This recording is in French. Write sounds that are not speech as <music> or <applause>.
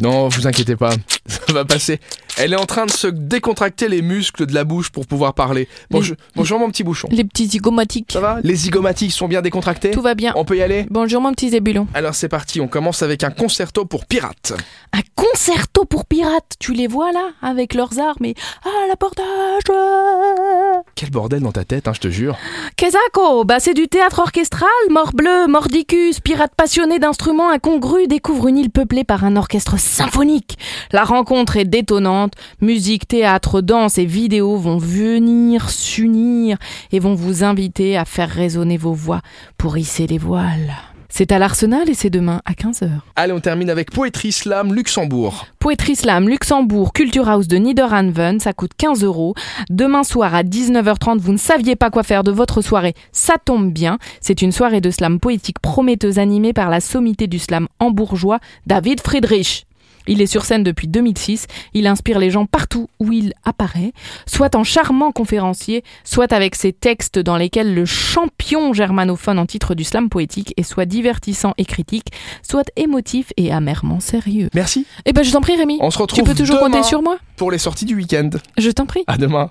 Non, vous inquiétez pas, <laughs> ça va passer. Elle est en train de se décontracter les muscles de la bouche pour pouvoir parler. Bonjour, bonjour mon petit bouchon. Les petits zygomatiques. Ça va Les zygomatiques sont bien décontractés Tout va bien. On peut y aller Bonjour mon petit zébulon. Alors c'est parti, on commence avec un concerto pour pirates. Un concerto pour pirates. Tu les vois là, avec leurs armes et ah la portage. Quel bordel dans ta tête, hein, je te jure. Kesako, bah c'est du théâtre orchestral. Mort bleu, mordicus, pirate passionné d'instruments incongrus découvre une île peuplée par un orchestre symphonique. La rencontre est détonnante. Musique, théâtre, danse et vidéo vont venir s'unir et vont vous inviter à faire résonner vos voix pour hisser les voiles. C'est à l'Arsenal et c'est demain à 15h. Allez, on termine avec Poétrie Slam Luxembourg. Poetry Slam Luxembourg Culture House de Niederhanven, ça coûte 15 euros. Demain soir à 19h30, vous ne saviez pas quoi faire de votre soirée, ça tombe bien. C'est une soirée de slam poétique prometteuse animée par la sommité du slam hambourgeois David Friedrich. Il est sur scène depuis 2006, il inspire les gens partout où il apparaît, soit en charmant conférencier, soit avec ses textes dans lesquels le champion germanophone en titre du slam poétique est soit divertissant et critique, soit émotif et amèrement sérieux. Merci. Eh ben je t'en prie Rémi. On se retrouve Tu peux toujours demain compter sur moi pour les sorties du week-end. Je t'en prie. À demain.